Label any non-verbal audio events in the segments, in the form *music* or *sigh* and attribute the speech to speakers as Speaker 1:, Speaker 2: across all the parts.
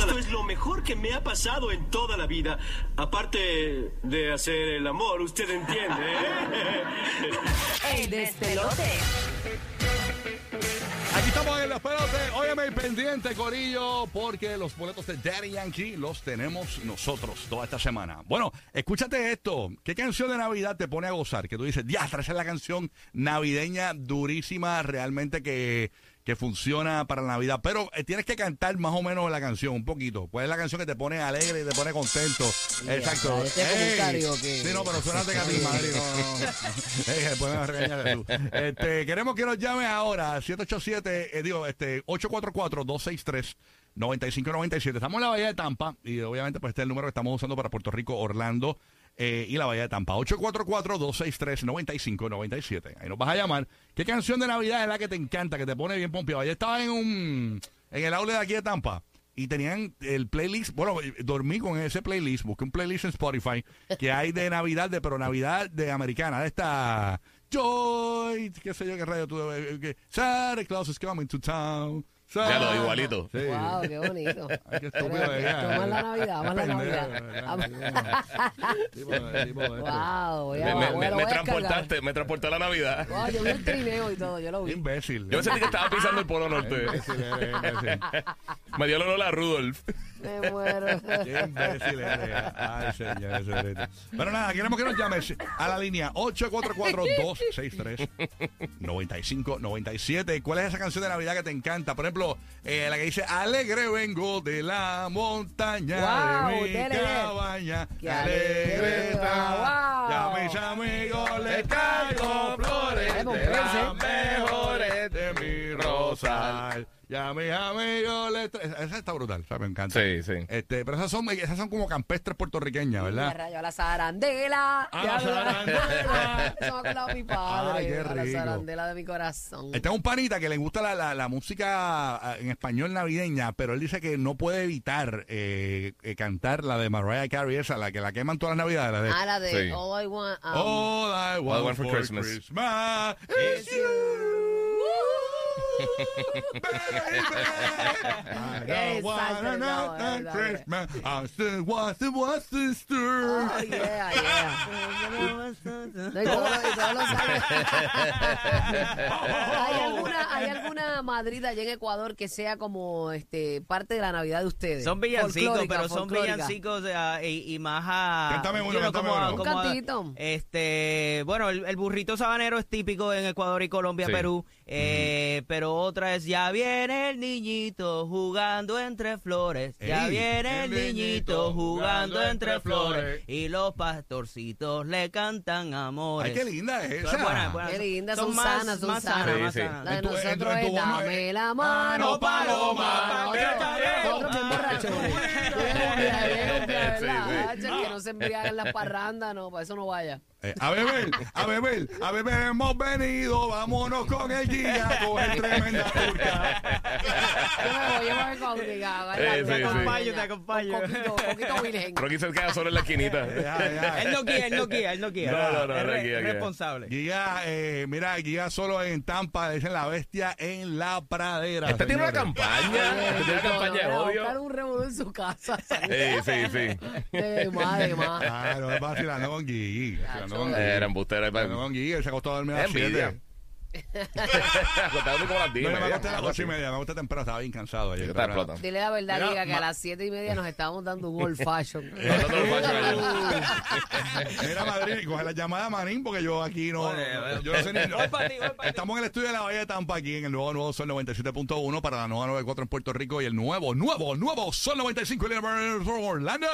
Speaker 1: Esto es lo mejor que me ha pasado en toda la vida. Aparte de hacer el amor, usted entiende. ¿eh?
Speaker 2: Aquí estamos en la espera de Óyeme y pendiente, Corillo, porque los boletos de Daddy Yankee los tenemos nosotros toda esta semana. Bueno, escúchate esto. ¿Qué canción de Navidad te pone a gozar? Que tú dices, diastra, esa es la canción navideña durísima realmente que, que funciona para la Navidad. Pero eh, tienes que cantar más o menos la canción, un poquito. ¿Cuál es la canción que te pone alegre y te pone contento? Exacto.
Speaker 3: este
Speaker 2: Ey.
Speaker 3: comentario que-
Speaker 2: Sí, no, pero suénate que a ti, madre, no, no, no. *laughs* Eh, después me vas a regañar tú. Este, queremos que nos llames ahora al 787, eh, digo, este, 844-263. 9597. Estamos en la Bahía de Tampa y obviamente pues este es el número que estamos usando para Puerto Rico, Orlando eh, y la Bahía de Tampa. 844-263-9597. Ahí nos vas a llamar. ¿Qué canción de Navidad es la que te encanta, que te pone bien pompeado? Ayer estaba en un en el aula de aquí de Tampa y tenían el playlist, bueno, eh, dormí con ese playlist, busqué un playlist en Spotify que hay de Navidad, de pero Navidad de americana, de esta Joy, qué sé yo qué radio tú, eh, eh, que- Santa Claus is coming to town.
Speaker 4: Ya lo, igualito.
Speaker 2: Sí.
Speaker 3: Wow, qué bonito.
Speaker 2: Ay, qué
Speaker 3: Pero,
Speaker 2: estúpido, ¿verdad?
Speaker 3: vamos a la Navidad, vamos a la
Speaker 2: Pendejo,
Speaker 3: Navidad.
Speaker 2: ¿verdad?
Speaker 3: *laughs*
Speaker 2: Tipo, tipo, este.
Speaker 3: Wow, voy a-
Speaker 4: Me, me- me
Speaker 3: voy a- lo voy a descargar.
Speaker 4: transportaste, me transporté a la Navidad.
Speaker 3: Wow, yo vi el trineo y todo, yo lo vi.
Speaker 2: Imbécil.
Speaker 4: Yo sentí que estaba pisando el Polo Norte.
Speaker 2: Imbécil eres, imbécil.
Speaker 4: Me dio el olor a Rudolf.
Speaker 3: Me muero.
Speaker 2: Qué imbécil eres. Ay, señor, señorita. Pero nada, queremos que nos llames a la línea 844-263-9597. ¿Cuál es esa canción de Navidad que te encanta? Por ejemplo, eh, la que dice Alegre vengo de la montaña
Speaker 3: Wow,
Speaker 2: de mi
Speaker 3: dele, dele.
Speaker 2: cabaña.
Speaker 3: Qué
Speaker 2: alegre
Speaker 3: alegre
Speaker 2: está.
Speaker 3: está.
Speaker 2: Ya
Speaker 3: Wow.
Speaker 2: mis amigos les traigo flores
Speaker 3: Ay,
Speaker 2: de las
Speaker 3: complace.
Speaker 2: mejores de mi rosal. Ya mis amigos les traigo. Esa está brutal, o sea, me encanta.
Speaker 4: Sí, sí.
Speaker 2: Este, pero esas son, esas son como campestres puertorriqueñas,
Speaker 3: Me
Speaker 2: ¿verdad?
Speaker 3: rayó la zarandela.
Speaker 2: Ah,
Speaker 3: Ya
Speaker 2: la
Speaker 3: lo-
Speaker 2: zarandela.
Speaker 3: Eso me ha acordado mi
Speaker 2: Ah, qué
Speaker 3: padre. a la
Speaker 2: rico.
Speaker 3: zarandela de mi corazón.
Speaker 2: Este es un panita que le gusta la, la- la música ah, en español navideña, pero él dice que no puede evitar eh, eh, cantar la de Mariah Carey, esa, la que la queman todas las navidades. La de,
Speaker 3: Ah, la de
Speaker 4: Sí.
Speaker 3: All I Want. um,
Speaker 2: All I want, for, Christmas, is
Speaker 3: *laughs*
Speaker 2: you. Baby. I
Speaker 3: Qué
Speaker 2: don't want
Speaker 3: salsa, no,
Speaker 2: another
Speaker 3: verdad,
Speaker 2: Christmas. I still want to want sister.
Speaker 3: Oh,
Speaker 2: *laughs*
Speaker 3: yeah, yeah. No, y todos los- y todos los años-
Speaker 2: *laughs*
Speaker 3: ¿Hay alguna, ¿Hay alguna Madrid allá en Ecuador que sea como este parte de la Navidad de ustedes?
Speaker 5: Son villancicos,
Speaker 3: Folclórica,
Speaker 5: pero son
Speaker 3: folclórica.
Speaker 5: villancicos eh, y, y más a...
Speaker 2: Cántame uno,
Speaker 5: you know,
Speaker 2: cántame
Speaker 5: como a-
Speaker 2: uno.
Speaker 5: como a-
Speaker 3: Un cantito.
Speaker 5: Este, bueno, el, el burrito sabanero es típico en Ecuador y Colombia,
Speaker 4: Sí.
Speaker 5: Perú. eh, Pero otra es, ya viene el niñito jugando entre flores. Ya
Speaker 2: Ey.
Speaker 5: viene el
Speaker 2: El niñito
Speaker 5: niñito jugando entre flores.
Speaker 2: flores.
Speaker 5: Y los pastorcitos le cantan amores.
Speaker 2: Ay, qué linda es
Speaker 5: Son
Speaker 2: esa.
Speaker 5: buenas, buenas.
Speaker 3: Qué lindas, son
Speaker 5: más-
Speaker 3: sanas, son
Speaker 5: más
Speaker 3: sanas.
Speaker 5: más
Speaker 4: Sí, sí.
Speaker 3: La de
Speaker 2: En tu- en tu-
Speaker 3: nosotros
Speaker 2: en tu
Speaker 3: es
Speaker 2: bono,
Speaker 3: dame
Speaker 2: eh.
Speaker 3: la mano,
Speaker 2: Mano,
Speaker 3: paloma.
Speaker 2: paloma,
Speaker 3: Nosotros- Nosotros
Speaker 4: Ah,
Speaker 3: bien borrachos.
Speaker 2: Sí,
Speaker 3: Bien borrachos, ¿verdad?
Speaker 4: sí.
Speaker 3: Hacho, Que no se embriaguen las parrandas, no, para eso no vaya.
Speaker 2: Eh, a beber, a beber, a beber hemos venido, vámonos con el guía, con el tremenda turca.
Speaker 3: Yo me voy, yo me voy con
Speaker 4: Eh, sí, sí. Te
Speaker 5: acompaño, te acompaño.
Speaker 3: Un
Speaker 4: *laughs*
Speaker 3: poquito virgen.
Speaker 4: Rocky se queda solo en la
Speaker 2: Eh,
Speaker 4: esquinita.
Speaker 2: ya,
Speaker 5: *laughs*
Speaker 2: ya.
Speaker 5: Él no guía, él no guía, él no guía.
Speaker 4: No, no, no,
Speaker 5: Es
Speaker 4: no
Speaker 5: re-
Speaker 4: guía, guía.
Speaker 5: responsable.
Speaker 2: Guía, eh, mira, guía solo en Tampa, dicen la bestia en la pradera.
Speaker 4: Este tiene una
Speaker 2: señores.
Speaker 4: campaña.
Speaker 3: Eh,
Speaker 4: Este tiene una campaña de
Speaker 3: Era buscar
Speaker 4: odio.
Speaker 3: un revolú en su casa.
Speaker 4: Sí, sí, sí.
Speaker 3: De madre, madre.
Speaker 5: Ah,
Speaker 2: Claro, es Ah, vacilando con Guía. vacilando con
Speaker 4: Era
Speaker 2: Guía.
Speaker 4: embustera. era-
Speaker 2: Vacilando con Guía, se acostó a dormir a las
Speaker 4: Eh, Envidia.
Speaker 2: siete.
Speaker 4: Acostarme como a las 10
Speaker 2: No,
Speaker 4: y
Speaker 2: yo me
Speaker 4: media,
Speaker 2: acosté a las
Speaker 4: algo
Speaker 2: 8 y
Speaker 4: así.
Speaker 2: media, me acosté temprano, estaba bien cansado ayer.
Speaker 4: Yo estaba
Speaker 2: pero-
Speaker 4: explotado.
Speaker 3: Dile la verdad,
Speaker 2: Mira,
Speaker 3: Diga, que
Speaker 2: ma-
Speaker 3: a las siete y media nos estábamos dando un
Speaker 4: *laughs*
Speaker 3: old fashion.
Speaker 4: Hablando de los machos,
Speaker 2: Mira, Madrid, coge la llamada Marín, porque yo aquí no.
Speaker 5: Oye,
Speaker 2: yo no sé ni.
Speaker 5: voy pa' ti, voy pa' ti.
Speaker 2: Estamos en el estudio de la Bahía de Tampa, aquí en el nuevo Nuevo Sol 97.1 para la nueva 94 en Puerto Rico y el nuevo, nuevo, nuevo Sol 95 en Orlando.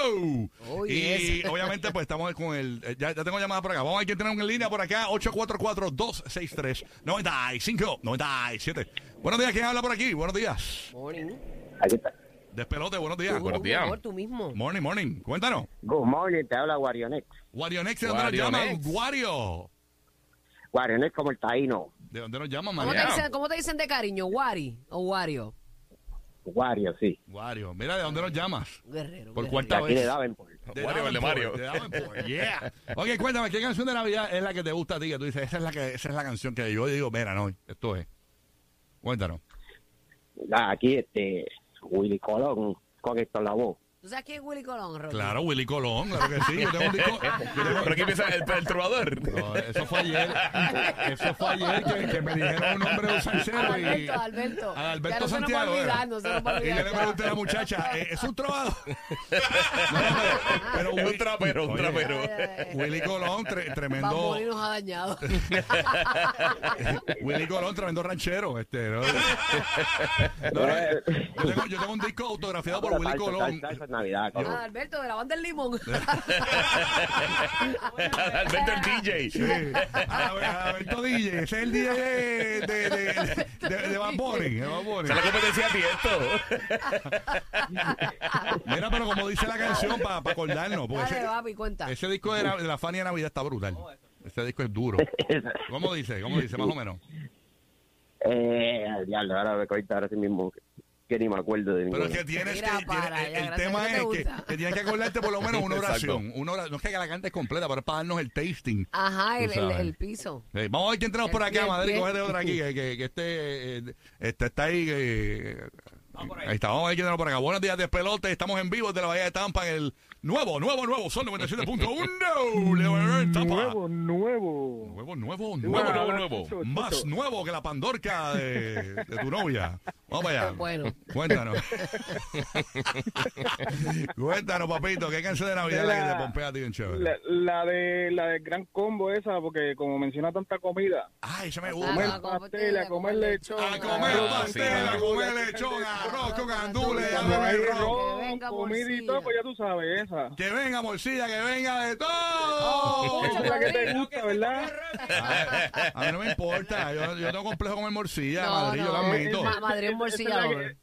Speaker 3: Oh,
Speaker 2: y
Speaker 3: yes. *laughs*
Speaker 2: obviamente, pues estamos con el. eh, Ya, ya tengo llamada por acá. Vamos a ver quién tenemos en línea por acá: 844-263-95-97. Buenos días, ¿quién habla por aquí? Buenos días.
Speaker 3: Morning.
Speaker 6: Aquí está.
Speaker 2: Despelote, buenos días.
Speaker 4: Buenos días.
Speaker 3: Amor, tú mismo.
Speaker 2: Morning, morning. Cuéntanos.
Speaker 6: Good morning, te habla Guarionex.
Speaker 2: Wario Next, ¿de dónde nos
Speaker 4: Wario
Speaker 2: llaman?
Speaker 4: Next.
Speaker 2: Wario.
Speaker 6: Guarionex como el taíno.
Speaker 2: ¿De dónde nos llaman,
Speaker 3: ¿Cómo
Speaker 2: María?
Speaker 3: te,
Speaker 4: Mañana.
Speaker 3: dicen, cómo te dicen de cariño? ¿Wari o Wario?
Speaker 6: Guario, sí.
Speaker 2: Wario, mira de dónde nos llamas.
Speaker 3: Guerrero.
Speaker 2: Por
Speaker 3: guerrero.
Speaker 2: cuarta
Speaker 6: Aquí de
Speaker 2: vez. pues,
Speaker 6: Davenport.
Speaker 2: De
Speaker 4: Wario, el de
Speaker 2: Davenport,
Speaker 4: Mario.
Speaker 2: de Davenport, yeah. Ok, cuéntame, ¿qué canción de Navidad es la que te gusta a ti? Que tú dices, esa es la, que, esa es la canción que yo digo, mira, no, esto es. Cuéntanos.
Speaker 6: Ah, Aquí este Willy Colón con esto en la voz.
Speaker 3: ¿Tú sabes quién es Willy Colón, Rocky?
Speaker 2: Claro, Willy Colón, claro que sí. Yo tengo un disco. yo tengo-
Speaker 4: Pero aquí empieza el, el trovador.
Speaker 2: No, eso fue ayer. Eso fue ayer que, que me dijeron un nombre de un salsero. y-
Speaker 3: Alberto, Alberto.
Speaker 2: A Ah, Alberto
Speaker 3: Ya no se nos va a
Speaker 2: Santiago.
Speaker 3: olvidar, no se nos va a
Speaker 2: Y yo
Speaker 3: olvidar,
Speaker 2: le
Speaker 3: ya.
Speaker 2: pregunté a la muchacha, ¿eh, ¿es un trovador?
Speaker 4: pero un
Speaker 2: Willy-
Speaker 4: trapero, un
Speaker 2: Oye,
Speaker 4: trapero.
Speaker 2: Willy Colón, tre-
Speaker 3: Bad
Speaker 2: tremendo.
Speaker 3: Bunny nos
Speaker 2: *laughs*
Speaker 3: ha dañado.
Speaker 2: Willy Colón, tremendo ranchero. Este,
Speaker 4: *laughs*
Speaker 2: ¿no? No, eh, yo, tengo, yo tengo un disco autografiado Ah, por Willy
Speaker 6: Salsa,
Speaker 2: Colón.
Speaker 6: salsa, salsa de Navidad, cabrón.
Speaker 3: Ah, Alberto, de la banda El Limón.
Speaker 2: Pues
Speaker 3: *laughs*
Speaker 4: Alberto el DJ.
Speaker 2: Sí. A ver, Alberto DJ, ese es el DJ de, de, de, de, de Bad Bunny, de Bad Bunny.
Speaker 4: Se la competencia a ti *laughs* esto.
Speaker 2: Mira, pero como dice la canción, para acordarnos. Porque
Speaker 3: Dale,
Speaker 2: ese,
Speaker 3: papi, cuenta.
Speaker 2: ese disco de la, de la Fania Navidad está brutal. Ese disco es duro. ¿Cómo dice? ¿Cómo dice? Más o menos.
Speaker 6: Eh, diablo, ahora me cogiste ahora sí mismo. Que ni me acuerdo de
Speaker 2: Pero
Speaker 6: ninguno.
Speaker 2: es que tienes
Speaker 3: Mira
Speaker 2: que.
Speaker 3: para
Speaker 2: tiene-
Speaker 3: allá,
Speaker 2: el
Speaker 3: gracias
Speaker 2: tema
Speaker 3: que te
Speaker 2: es que,
Speaker 3: gusta.
Speaker 2: que tienes que acordarte por lo menos una
Speaker 4: Exacto.
Speaker 2: oración. Una oración. No es que la cantes completa, pero es para darnos el tasting.
Speaker 3: Ajá, el,
Speaker 2: Tú
Speaker 3: el,
Speaker 2: sabes.
Speaker 3: el piso.
Speaker 2: Eh, vamos a ver quién tenemos
Speaker 3: El
Speaker 2: por
Speaker 3: pie,
Speaker 2: acá,
Speaker 3: el
Speaker 2: Madrid.
Speaker 3: pie.
Speaker 2: Cógete otra
Speaker 3: *laughs*
Speaker 2: aquí, que, que- que este, eh, este está ahí. eh, ahí. está, vamos a ver quién tenemos por acá. Buenos días, despelote. Estamos en vivo desde la Bahía de Tampa en el nuevo, nuevo, nuevo. Son 97.1. de la Bahía de Tampa.
Speaker 7: Nuevo, nuevo.
Speaker 2: Nuevo, nuevo, nuevo.
Speaker 4: Nuevo, nuevo, nuevo.
Speaker 2: Más nuevo que la pandorca de, de tu novia. Vamos allá.
Speaker 3: Bueno.
Speaker 2: Cuéntanos. *laughs* Cuéntanos, papito, ¿qué canción de Navidad es la que te pompea a ti bien chévere?
Speaker 7: *laughs* La, la de la del gran combo esa, porque como menciona tanta comida,
Speaker 2: Ay, se me
Speaker 7: comer
Speaker 2: gusta.
Speaker 3: Ah, como
Speaker 7: pastel, a
Speaker 3: usted,
Speaker 7: comer
Speaker 3: como
Speaker 7: lechón,
Speaker 2: A comer
Speaker 4: Ah,
Speaker 2: pastel,
Speaker 4: sí.
Speaker 2: a comer lechón, arroz con gandules, a
Speaker 7: cuando hay
Speaker 2: beber ron.
Speaker 7: ron,
Speaker 3: Que venga
Speaker 7: comida y
Speaker 3: morcilla.
Speaker 7: todo, pues ya tú sabes esa.
Speaker 2: Que venga morcilla, que venga de todo.
Speaker 7: *laughs* Esa es la que te gusta, ¿verdad?
Speaker 2: Ah, A mí no me importa, yo, yo tengo complejo con morcilla,
Speaker 3: No,
Speaker 2: Madrid, yo lo
Speaker 3: no,
Speaker 2: admito.
Speaker 3: ma- Madrid es un
Speaker 7: Esa es la que-
Speaker 3: bolsillador.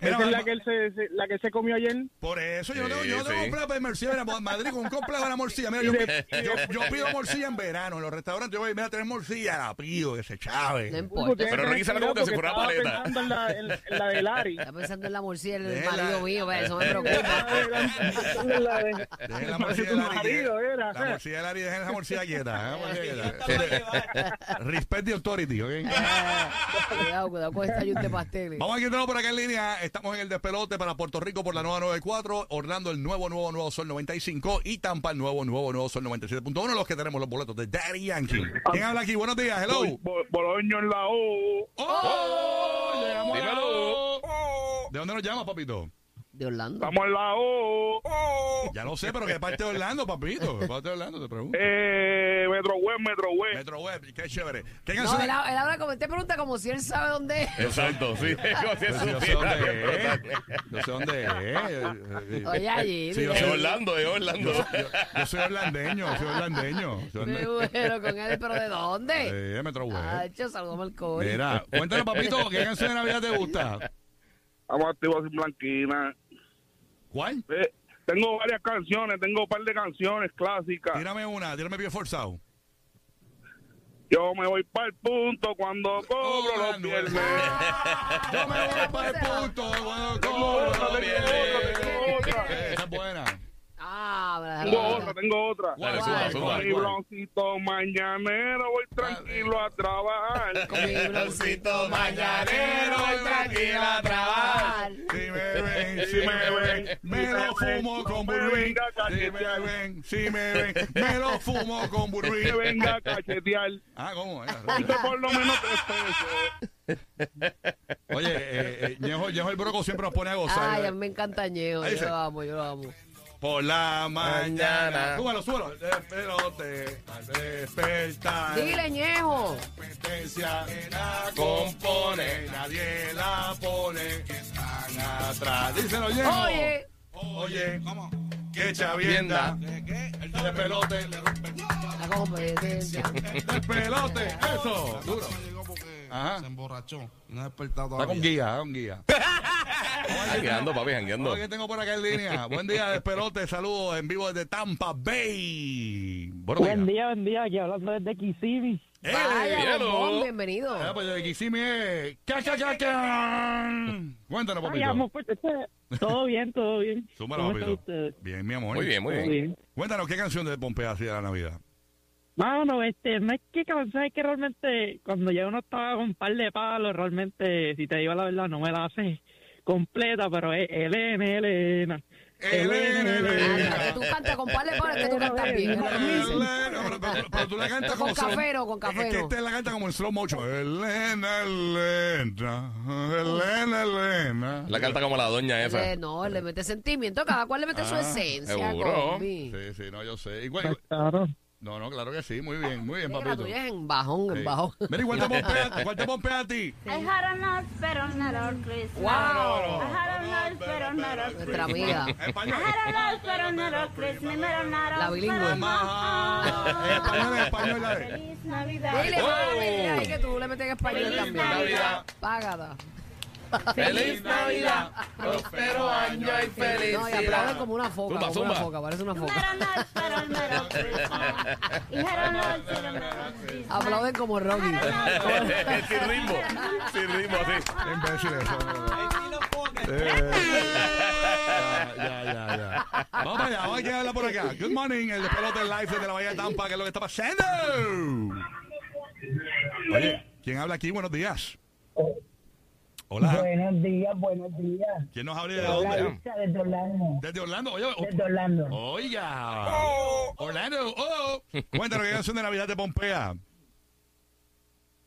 Speaker 7: Esa es la
Speaker 2: Mira,
Speaker 7: que él se, se- la que se comió ayer.
Speaker 2: Por eso yo no tengo,
Speaker 4: Sí,
Speaker 2: yo no tengo
Speaker 4: sí.
Speaker 2: complejo de morcilla. Mira, Madrid con un complejo de la morcilla. Mira, yo, yo- yo pido morcilla en verano en los restaurantes. Yo voy, mira, tenés morcilla, la pido, que se chave.
Speaker 3: No
Speaker 7: Hugo,
Speaker 3: importa.
Speaker 7: tienes
Speaker 4: Pero
Speaker 7: que
Speaker 4: Ricky se la comió
Speaker 7: respirar
Speaker 4: como si fuera
Speaker 7: porque
Speaker 4: paleta.
Speaker 7: estaba pensando en la, en- en la de Lari.
Speaker 3: Está pensando en la morcilla del
Speaker 2: Déjela.
Speaker 3: marido mío, pero eso
Speaker 2: *laughs*
Speaker 3: me preocupa.
Speaker 7: Pensando en la de-
Speaker 2: Dejen la
Speaker 7: Parece
Speaker 2: morcilla
Speaker 7: *laughs* tu
Speaker 2: de Lari,
Speaker 7: marido,
Speaker 2: dejen-
Speaker 7: era.
Speaker 2: La morcilla de Lari, dejen esa morcilla quieta. dejen la morcilla quieta.
Speaker 7: *laughs*
Speaker 2: Respect the authority, ¿ok?
Speaker 3: Cuidado, cuidado con este esta ayuda de pasteles.
Speaker 2: Vamos a quitarlo por acá en línea. Estamos en el despelote para Puerto Rico por la nueva 94, Orlando el nuevo, nuevo, nuevo Sol 95 y Tampa el nuevo, nuevo, nuevo Sol 97.1. Los que tenemos los boletos de Daddy Yankee. ¿Quién habla aquí? Buenos días, hello.
Speaker 7: Bo- Boloño en la O.
Speaker 2: ¡Oh! Llegamos a la
Speaker 4: Dímelo.
Speaker 2: O. ¿De dónde nos llamas, papito?
Speaker 3: De Orlando.
Speaker 7: Estamos en la O.
Speaker 2: Ya lo sé, pero ¿qué parte de Orlando, papito? ¿Qué parte de Orlando? Te pregunto.
Speaker 7: Eh, Metro Web, Metro Web.
Speaker 2: Metroweb, qué chévere. ¿Qué canción?
Speaker 3: No, él, ha- él habla como, él te pregunta como si él sabe dónde es.
Speaker 4: Exacto, *laughs* sí. Como si
Speaker 2: Pues yo sé
Speaker 4: supiera.
Speaker 2: dónde es. Yo sé dónde es.
Speaker 3: Oye, allí.
Speaker 2: Sí, yo
Speaker 4: Es
Speaker 2: sé-
Speaker 4: Orlando, es
Speaker 2: Yo,
Speaker 4: Orlando.
Speaker 2: yo- yo soy orlandeño, soy orlandeño. Soy
Speaker 3: Me
Speaker 2: orlandeño.
Speaker 3: muero con él, *laughs* pero ¿de
Speaker 2: *laughs*
Speaker 3: dónde?
Speaker 2: Eh, Metroweb.
Speaker 3: Ah, yo saludamos al cobre.
Speaker 2: Mira, cuéntanos, papito, ¿qué canción de Navidad te gusta?
Speaker 7: Vamos activos sin blanquina.
Speaker 2: ¿Cuál?
Speaker 7: Eh, tengo varias canciones, tengo un par de canciones clásicas.
Speaker 2: Tírame una, tírame bien forzado.
Speaker 7: Yo me voy para el punto cuando cobro
Speaker 2: Oh,
Speaker 7: los
Speaker 2: Manuel.
Speaker 7: viernes.
Speaker 3: Ah,
Speaker 2: *laughs* Yo me voy para el punto cuando
Speaker 7: Tengo otra,
Speaker 2: corro
Speaker 7: tengo
Speaker 2: bien.
Speaker 7: otra, tengo otra.
Speaker 2: Eh, Esa es buena.
Speaker 3: Ah, palabra.
Speaker 7: Tengo otra, tengo
Speaker 2: *laughs*
Speaker 7: otra.
Speaker 4: Dale, suba, suba.
Speaker 7: Con mi broncito mañanero voy tranquilo
Speaker 2: *laughs*
Speaker 7: a trabajar.
Speaker 3: Con mi
Speaker 4: broncito mañanero, voy tranquilo a trabajar.
Speaker 2: Si me ven,
Speaker 7: Si me ven,
Speaker 2: me
Speaker 7: si
Speaker 2: lo
Speaker 7: me ven,
Speaker 2: fumo con
Speaker 7: me
Speaker 2: burbuín.
Speaker 7: venga a
Speaker 2: Si me
Speaker 7: cachetear.
Speaker 2: ven, si me ven, me lo fumo con
Speaker 7: Que
Speaker 2: burbuín.
Speaker 7: venga a cachetear.
Speaker 2: Ah, ¿cómo? Era?
Speaker 7: Ponte por lo menos tres pesos.
Speaker 2: Oye, eh, eh, Ñejo, Ñejo el Broco siempre nos pone a gozar.
Speaker 3: Ay, a mí me encanta Ñeo.
Speaker 2: Ahí
Speaker 3: Yo
Speaker 2: se-
Speaker 3: lo amo, yo lo amo.
Speaker 2: Por la mañana.
Speaker 4: Mañana.
Speaker 2: Súbalo, súbalo. Despelote al despertar.
Speaker 3: Dile, Ñejo.
Speaker 2: competencia que la compone, nadie la pone, que están atrás. Díselo, Ñejo.
Speaker 3: Oye.
Speaker 2: Oye, ¿cómo? Que chavienda. El despelote, le rompe el
Speaker 3: La competencia.
Speaker 2: despelote. Eso, duro. Ajá.
Speaker 8: emborrachó y no ha despertado
Speaker 2: Está con
Speaker 8: todavía.
Speaker 2: guía, está con guía.
Speaker 4: Jangueando, papi, jangueando.
Speaker 2: ¿Qué tengo por acá en línea? Buen día, despelote. Saludos en vivo desde Tampa Bay. Buenos días.
Speaker 8: buen día, aquí hablando desde Kissimmee.
Speaker 2: ¡Eh!
Speaker 3: Vaya,
Speaker 4: hello.
Speaker 3: bombón, bienvenido.
Speaker 2: Ah, pues eh, de Kissimmee es... ¡Ca, ca, ca, ca! Cuéntanos, papito.
Speaker 8: pues, este, todo bien, todo bien.
Speaker 2: Súmalo, papito. Bien, mi amor.
Speaker 4: Muy bien, muy bien.
Speaker 2: Cuéntanos, ¿qué canción de Pompea hacía la Navidad?
Speaker 8: Mano, este, no es que canción, es que realmente cuando ya uno estaba con un par de palos, realmente, si te digo la verdad, no me la hace completa, pero es Elena, Elena.
Speaker 2: Elena,
Speaker 3: Ah,
Speaker 2: Elena.
Speaker 3: Tú canta con par de palos que tú cantas bien.
Speaker 2: Elena, pero- pero- pero tú la cantas
Speaker 3: Con
Speaker 2: como slow-
Speaker 3: cafero, con
Speaker 2: Es que
Speaker 3: cafero.
Speaker 2: este la canta como en slow motion. Elena, Elena, Elena, Elena.
Speaker 4: La carta como la doña esa.
Speaker 3: Eh, no, le mete sentimiento, cada cual le mete su esencia.
Speaker 4: seguro.
Speaker 3: combi.
Speaker 2: Ah, Sí, sí, no, yo sé. Igual,
Speaker 8: Claro.
Speaker 2: no, no, claro que sí. Muy bien, muy bien,
Speaker 3: Sí, que La
Speaker 2: papito.
Speaker 3: tuya es en bajón,
Speaker 2: Sí. *laughs*
Speaker 3: en bajón.
Speaker 2: Mira, igual te pompea, igual te pompea a ti.
Speaker 9: I had a nut, but I'm not all Christmas.
Speaker 3: Wow.
Speaker 9: I had a nut, but I'm not all
Speaker 3: Nuestra
Speaker 9: Christmas.
Speaker 3: amiga.
Speaker 9: I
Speaker 2: Español.
Speaker 9: had a nut, but I'm not all Christmas. But I'm not all
Speaker 3: La bilingüe.
Speaker 2: Español, español, la de.
Speaker 9: Feliz Navidad.
Speaker 3: Dile,
Speaker 2: Oh.
Speaker 3: mami, dile ahí que tú le metes en español
Speaker 9: Feliz
Speaker 3: también.
Speaker 9: Navidad.
Speaker 3: Págata.
Speaker 4: ¡Feliz Navidad! ¡Prospero año y
Speaker 3: No, y aplaude como una foca,
Speaker 4: Zumba,
Speaker 3: como una
Speaker 4: zumba.
Speaker 3: foca, parece una
Speaker 9: I
Speaker 3: foca.
Speaker 9: had a nut, but I'm not all Christmas. I had a nut, but I'm not all Christmas.
Speaker 3: Aplauden como Rocky.
Speaker 4: Sin ritmo, sin ritmo, así.
Speaker 2: Qué Imbécil eso. Eh, ya, ya, ya. Vamos para allá, vamos a quedarla por acá. Good morning, el despelote live desde la Bahía de Tampa, que es lo que está pasando. Oye, ¿quién habla aquí? Buenos días. Hola.
Speaker 8: Buenos días, buenos días.
Speaker 2: ¿Quién nos habla y de dónde?
Speaker 8: desde Orlando.
Speaker 2: Desde Orlando. Oye, o-
Speaker 8: Orlando.
Speaker 2: oiga. Orlando, oh. Cuéntanos qué canción de Navidad te pompea.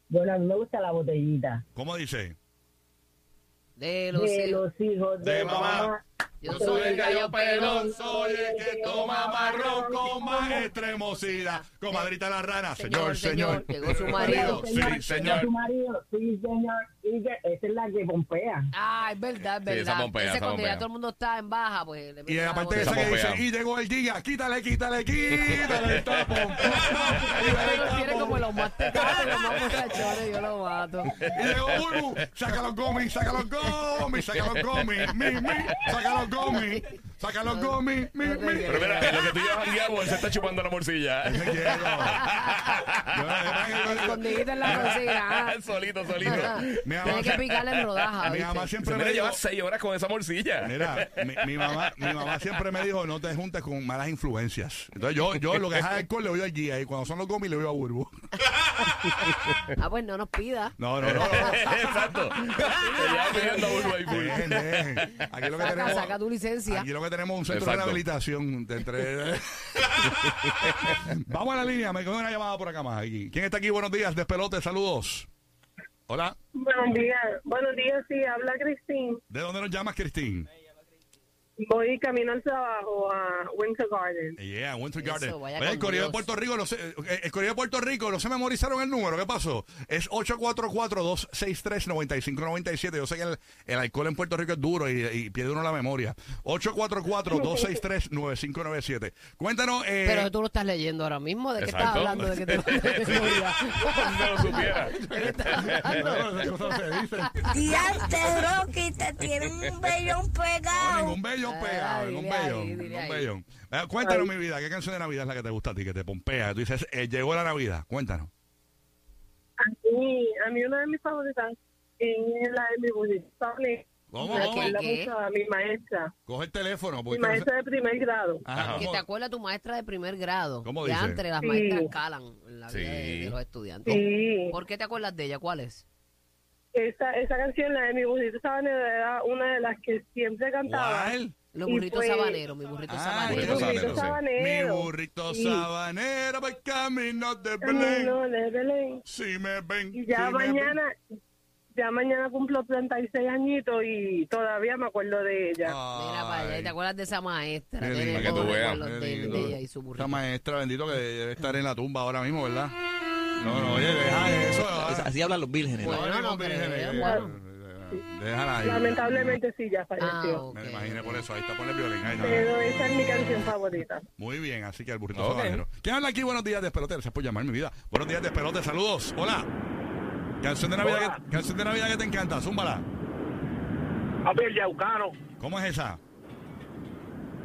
Speaker 8: Bueno, me gusta la botellita.
Speaker 2: ¿Cómo dice?
Speaker 3: De los cielos.
Speaker 8: hijos
Speaker 2: de mamá.
Speaker 3: Yo soy el gallo pelón.
Speaker 2: soy el que toma marrón con más extremosidad. Comadrita la rana, señor,
Speaker 3: Señor,
Speaker 2: señor.
Speaker 3: señor, llegó su marido.
Speaker 2: Sí, señor.
Speaker 8: marido, sí, señor. Y que esa es la que pompea.
Speaker 3: Ah, es verdad, es
Speaker 4: Sí,
Speaker 3: verdad.
Speaker 4: esa pompea,
Speaker 3: Ese
Speaker 4: esa
Speaker 3: cuando ya
Speaker 4: pompea.
Speaker 3: todo el mundo está en baja, pues. le
Speaker 2: Y
Speaker 3: meten la
Speaker 2: aparte de
Speaker 3: voz.
Speaker 2: esa que dice,
Speaker 4: Estamos
Speaker 2: y llegó el día, quítale, quítale, quítale el tapón. Quítale
Speaker 3: *laughs* Pero
Speaker 2: el
Speaker 3: tiene como
Speaker 2: tapón.
Speaker 3: los más tecatos, los más muchachones, yo lo mato.
Speaker 2: Y llegó Burbu, saca los gomis, saca los gomis, saca los gomis, mi, mi, saca los gomis, saca los gomis, mi, mi.
Speaker 4: Pero mira, en lo que tú llevas jangueado, él se está chupando la morcilla.
Speaker 2: Ese quiero. Yo, yo, yo,
Speaker 3: Escondidita en la cocina. ah.
Speaker 4: *laughs* solito, solito.
Speaker 2: Mi mamá-
Speaker 3: Tiene que picarle en rodajas.
Speaker 2: Mi
Speaker 3: ¿viste?
Speaker 2: mamá
Speaker 4: Pero
Speaker 2: siempre me
Speaker 4: mira,
Speaker 2: dijo,
Speaker 4: llevas seis horas con esa morcilla. *laughs*
Speaker 2: mira, mi, mi mamá, mi mamá siempre me dijo, no te juntes con malas influencias. Entonces yo, yo lo que es alcohol le voy al guía y cuando son los gomis le voy a burbu.
Speaker 3: Ah, pues no nos pida.
Speaker 2: No, no, no.
Speaker 4: Exacto. Te llevas pidiendo burbu ahí,
Speaker 2: Dejen,
Speaker 4: pues.
Speaker 2: dejen. Aquí lo que
Speaker 3: Saca,
Speaker 2: tenemos,
Speaker 3: saca tu licencia.
Speaker 2: aquí lo que tenemos es un centro de
Speaker 4: Exacto.
Speaker 2: rehabilitación. de entre- *laughs* Vamos a la línea, me coge una llamada por acá más. Aquí. ¿Quién está aquí? Buenos días, despelote, saludos. Hola,
Speaker 8: Buenos días, buenos días, sí, habla Cristín.
Speaker 2: ¿de dónde nos llamas, Cristín?
Speaker 8: Voy camino al trabajo a Winter Garden.
Speaker 2: Yeah, Winter
Speaker 3: Eso,
Speaker 2: Garden.
Speaker 3: vaya
Speaker 2: Oye, el
Speaker 3: con
Speaker 2: Correo de
Speaker 3: Dios.
Speaker 2: Puerto Rico, no se- eh, el Correo de Puerto Rico, no se memorizaron el número, ¿qué pasó? Es 844-263-9597. Yo sé que el, el alcohol en Puerto Rico es duro y, y pierde uno la memoria. 844-263-9597. Cuéntanos, eh, *laughs*
Speaker 3: Pero tú lo estás leyendo ahora mismo. ¿De qué estás
Speaker 4: Exacto.
Speaker 3: hablando? ¿De qué te
Speaker 4: Sí.
Speaker 3: *laughs*
Speaker 4: Como si *laughs* no lo supiera.
Speaker 3: *laughs*
Speaker 9: Y antes, Rocky, te tiene un vellón
Speaker 2: No,
Speaker 9: pegado.
Speaker 2: ningún bello
Speaker 3: Ay,
Speaker 2: pegado, ningún
Speaker 3: dile ahí,
Speaker 2: bello,
Speaker 3: dile
Speaker 2: ningún
Speaker 3: ahí.
Speaker 2: bello. Eh, cuéntanos, mi vida, ¿qué canción de Navidad es la que te gusta a ti, que te pompea? que Tú dices, eh, llegó la Navidad, cuéntanos.
Speaker 8: A mí, a mí una de mis favoritas es la de mi burrito.
Speaker 2: ¿Cómo,
Speaker 10: Me
Speaker 2: cómo?
Speaker 10: acuerdo mucho a mi maestra.
Speaker 2: Coge el teléfono.
Speaker 10: Mi
Speaker 2: Porque Ah,
Speaker 10: maestra de primer grado.
Speaker 2: Ajá,
Speaker 3: Que
Speaker 2: ¿cómo?
Speaker 3: te acuerdas tu maestra de primer grado.
Speaker 2: ¿Cómo
Speaker 3: que
Speaker 2: dice?
Speaker 3: entre las
Speaker 10: Sí.
Speaker 3: maestras calan en la
Speaker 2: Sí.
Speaker 3: vida de, de los estudiantes.
Speaker 10: Sí.
Speaker 3: ¿Por qué te acuerdas de ella? ¿Cuál es?
Speaker 10: Esa, esa canción, la de mi burrito sabanero, era una de las que siempre cantaba.
Speaker 2: ¿Cuál?
Speaker 3: Los
Speaker 10: Y
Speaker 3: burritos
Speaker 10: fue-
Speaker 3: sabaneros, mi burrito
Speaker 2: Ah,
Speaker 3: sabanero.
Speaker 2: burrito
Speaker 10: Burrito
Speaker 2: sabanero.
Speaker 10: sabanero.
Speaker 2: Mi burrito
Speaker 10: Sí.
Speaker 2: sabanero va camino de Belén.
Speaker 10: Camino de Belén.
Speaker 2: Si me ven.
Speaker 10: Y ya
Speaker 2: si me ven.
Speaker 10: mañana, ya mañana cumplo 36 añitos y todavía me acuerdo de ella.
Speaker 3: Mira para allá, ¿te acuerdas de esa maestra?
Speaker 2: Qué
Speaker 3: Tiene
Speaker 2: lindo. Para que
Speaker 3: todos
Speaker 2: tú
Speaker 3: los
Speaker 2: veas.
Speaker 3: recuerdos
Speaker 2: Qué
Speaker 3: de- de
Speaker 2: lindo.
Speaker 3: ella y su burrito.
Speaker 2: Esta maestra, bendito, que debe estar en la tumba ahora mismo, ¿verdad? No, no, oye, deja eso.
Speaker 11: Así hablan los vírgenes.
Speaker 2: No,
Speaker 3: Bueno, no
Speaker 2: no, vírgenes,
Speaker 3: creo.
Speaker 2: Déjala ahí.
Speaker 10: Lamentablemente sí, ya falleció.
Speaker 3: Ah, ok.
Speaker 2: Me imaginé por eso. Ahí está, ponle violín. Ahí está.
Speaker 10: Pero esa es mi canción favorita.
Speaker 2: Muy bien, así que el burrito
Speaker 11: Ok.
Speaker 2: sabanero. ¿Quién habla aquí? Buenos días, despelote. Gracias por llamar mi vida. Buenos días, despelote. Saludos. Hola. Canción de Navidad, que, canción de Navidad que te encanta. Zúmbala.
Speaker 7: Papi, el Yaucano.
Speaker 2: ¿Cómo es esa?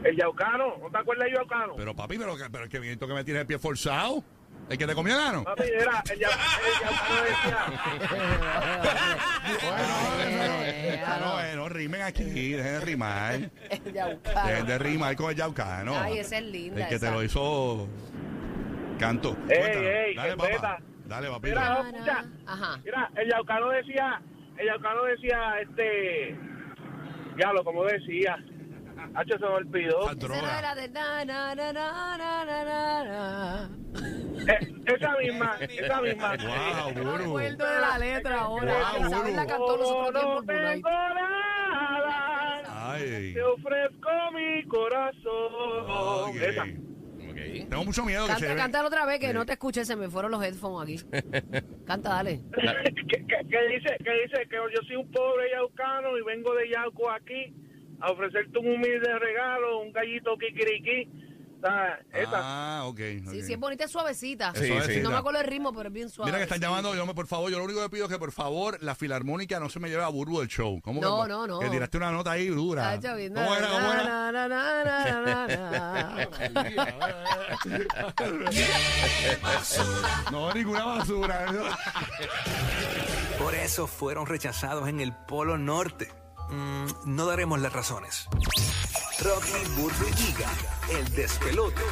Speaker 7: El Yaucano. ¿No te acuerdas del Yaucano?
Speaker 2: Pero papi, pero, que- pero que viento que me tienes el pie forzado. ¿El que te comió el ano?
Speaker 7: Papi, era el Yau- el Yaucano
Speaker 2: Ah, no, eh, no rimen aquí, dejen de rimar. Dejen de rimar con el yaucano.
Speaker 3: Ay, esa es linda.
Speaker 2: El que te
Speaker 3: esa.
Speaker 2: lo hizo canto.
Speaker 7: Ey,
Speaker 2: Cuéntanos.
Speaker 7: ey,
Speaker 2: Dale,
Speaker 7: que
Speaker 2: papá.
Speaker 7: beta.
Speaker 2: Dale, papito.
Speaker 7: Mira, no, escucha.
Speaker 3: Ajá.
Speaker 7: Mira, el Yaucano decía, el Yaucano decía, este, diablo, como decía, Hacho se me olvidó.
Speaker 2: Esa
Speaker 3: Esa no
Speaker 2: droga.
Speaker 3: era de na, na, na, na, na, na, na, na.
Speaker 7: Eh, esa misma, esa misma.
Speaker 2: Wow,
Speaker 3: No
Speaker 2: guru.
Speaker 3: recuerdo de la letra ahora.
Speaker 2: Guau,
Speaker 3: Isabel la cantó nosotros aquí en
Speaker 7: No
Speaker 3: Burgundy.
Speaker 7: tengo nada,
Speaker 2: Ay.
Speaker 7: te ofrezco mi corazón.
Speaker 2: Ok.
Speaker 7: Esa.
Speaker 11: Ok.
Speaker 2: Tengo mucho miedo que se
Speaker 3: Canta,
Speaker 2: ve-
Speaker 3: cántalo otra vez que no te escuché, se me fueron los headphones
Speaker 2: *laughs*
Speaker 3: aquí. Canta, dale.
Speaker 7: *laughs* que, que- que dice que dice que yo soy un pobre yaucano y vengo de Yauco aquí a ofrecerte un humilde regalo, un gallito kikiriki. O sea, esa.
Speaker 2: Ah, ok. ok.
Speaker 3: Sí, sí, es bonita, es suavecita.
Speaker 2: Es suavecita.
Speaker 3: No me acuerdo el ritmo, pero es bien suave.
Speaker 2: Mira que están llamando, yo me- por favor, yo lo único que pido es que por favor la filarmónica no se me lleve a burbu del show. ¿Cómo
Speaker 3: No,
Speaker 2: que,
Speaker 3: no, no.
Speaker 2: Que tiraste una nota ahí dura.
Speaker 3: Cacho, bien,
Speaker 2: ¿Cómo era? ¿Cómo era?
Speaker 3: na, na, na, na, na, na, na.
Speaker 2: No, ninguna basura.
Speaker 12: Por eso fueron rechazados en el Polo Norte. Mm, no daremos las razones. Rocky Burbu y Giga, el despelote.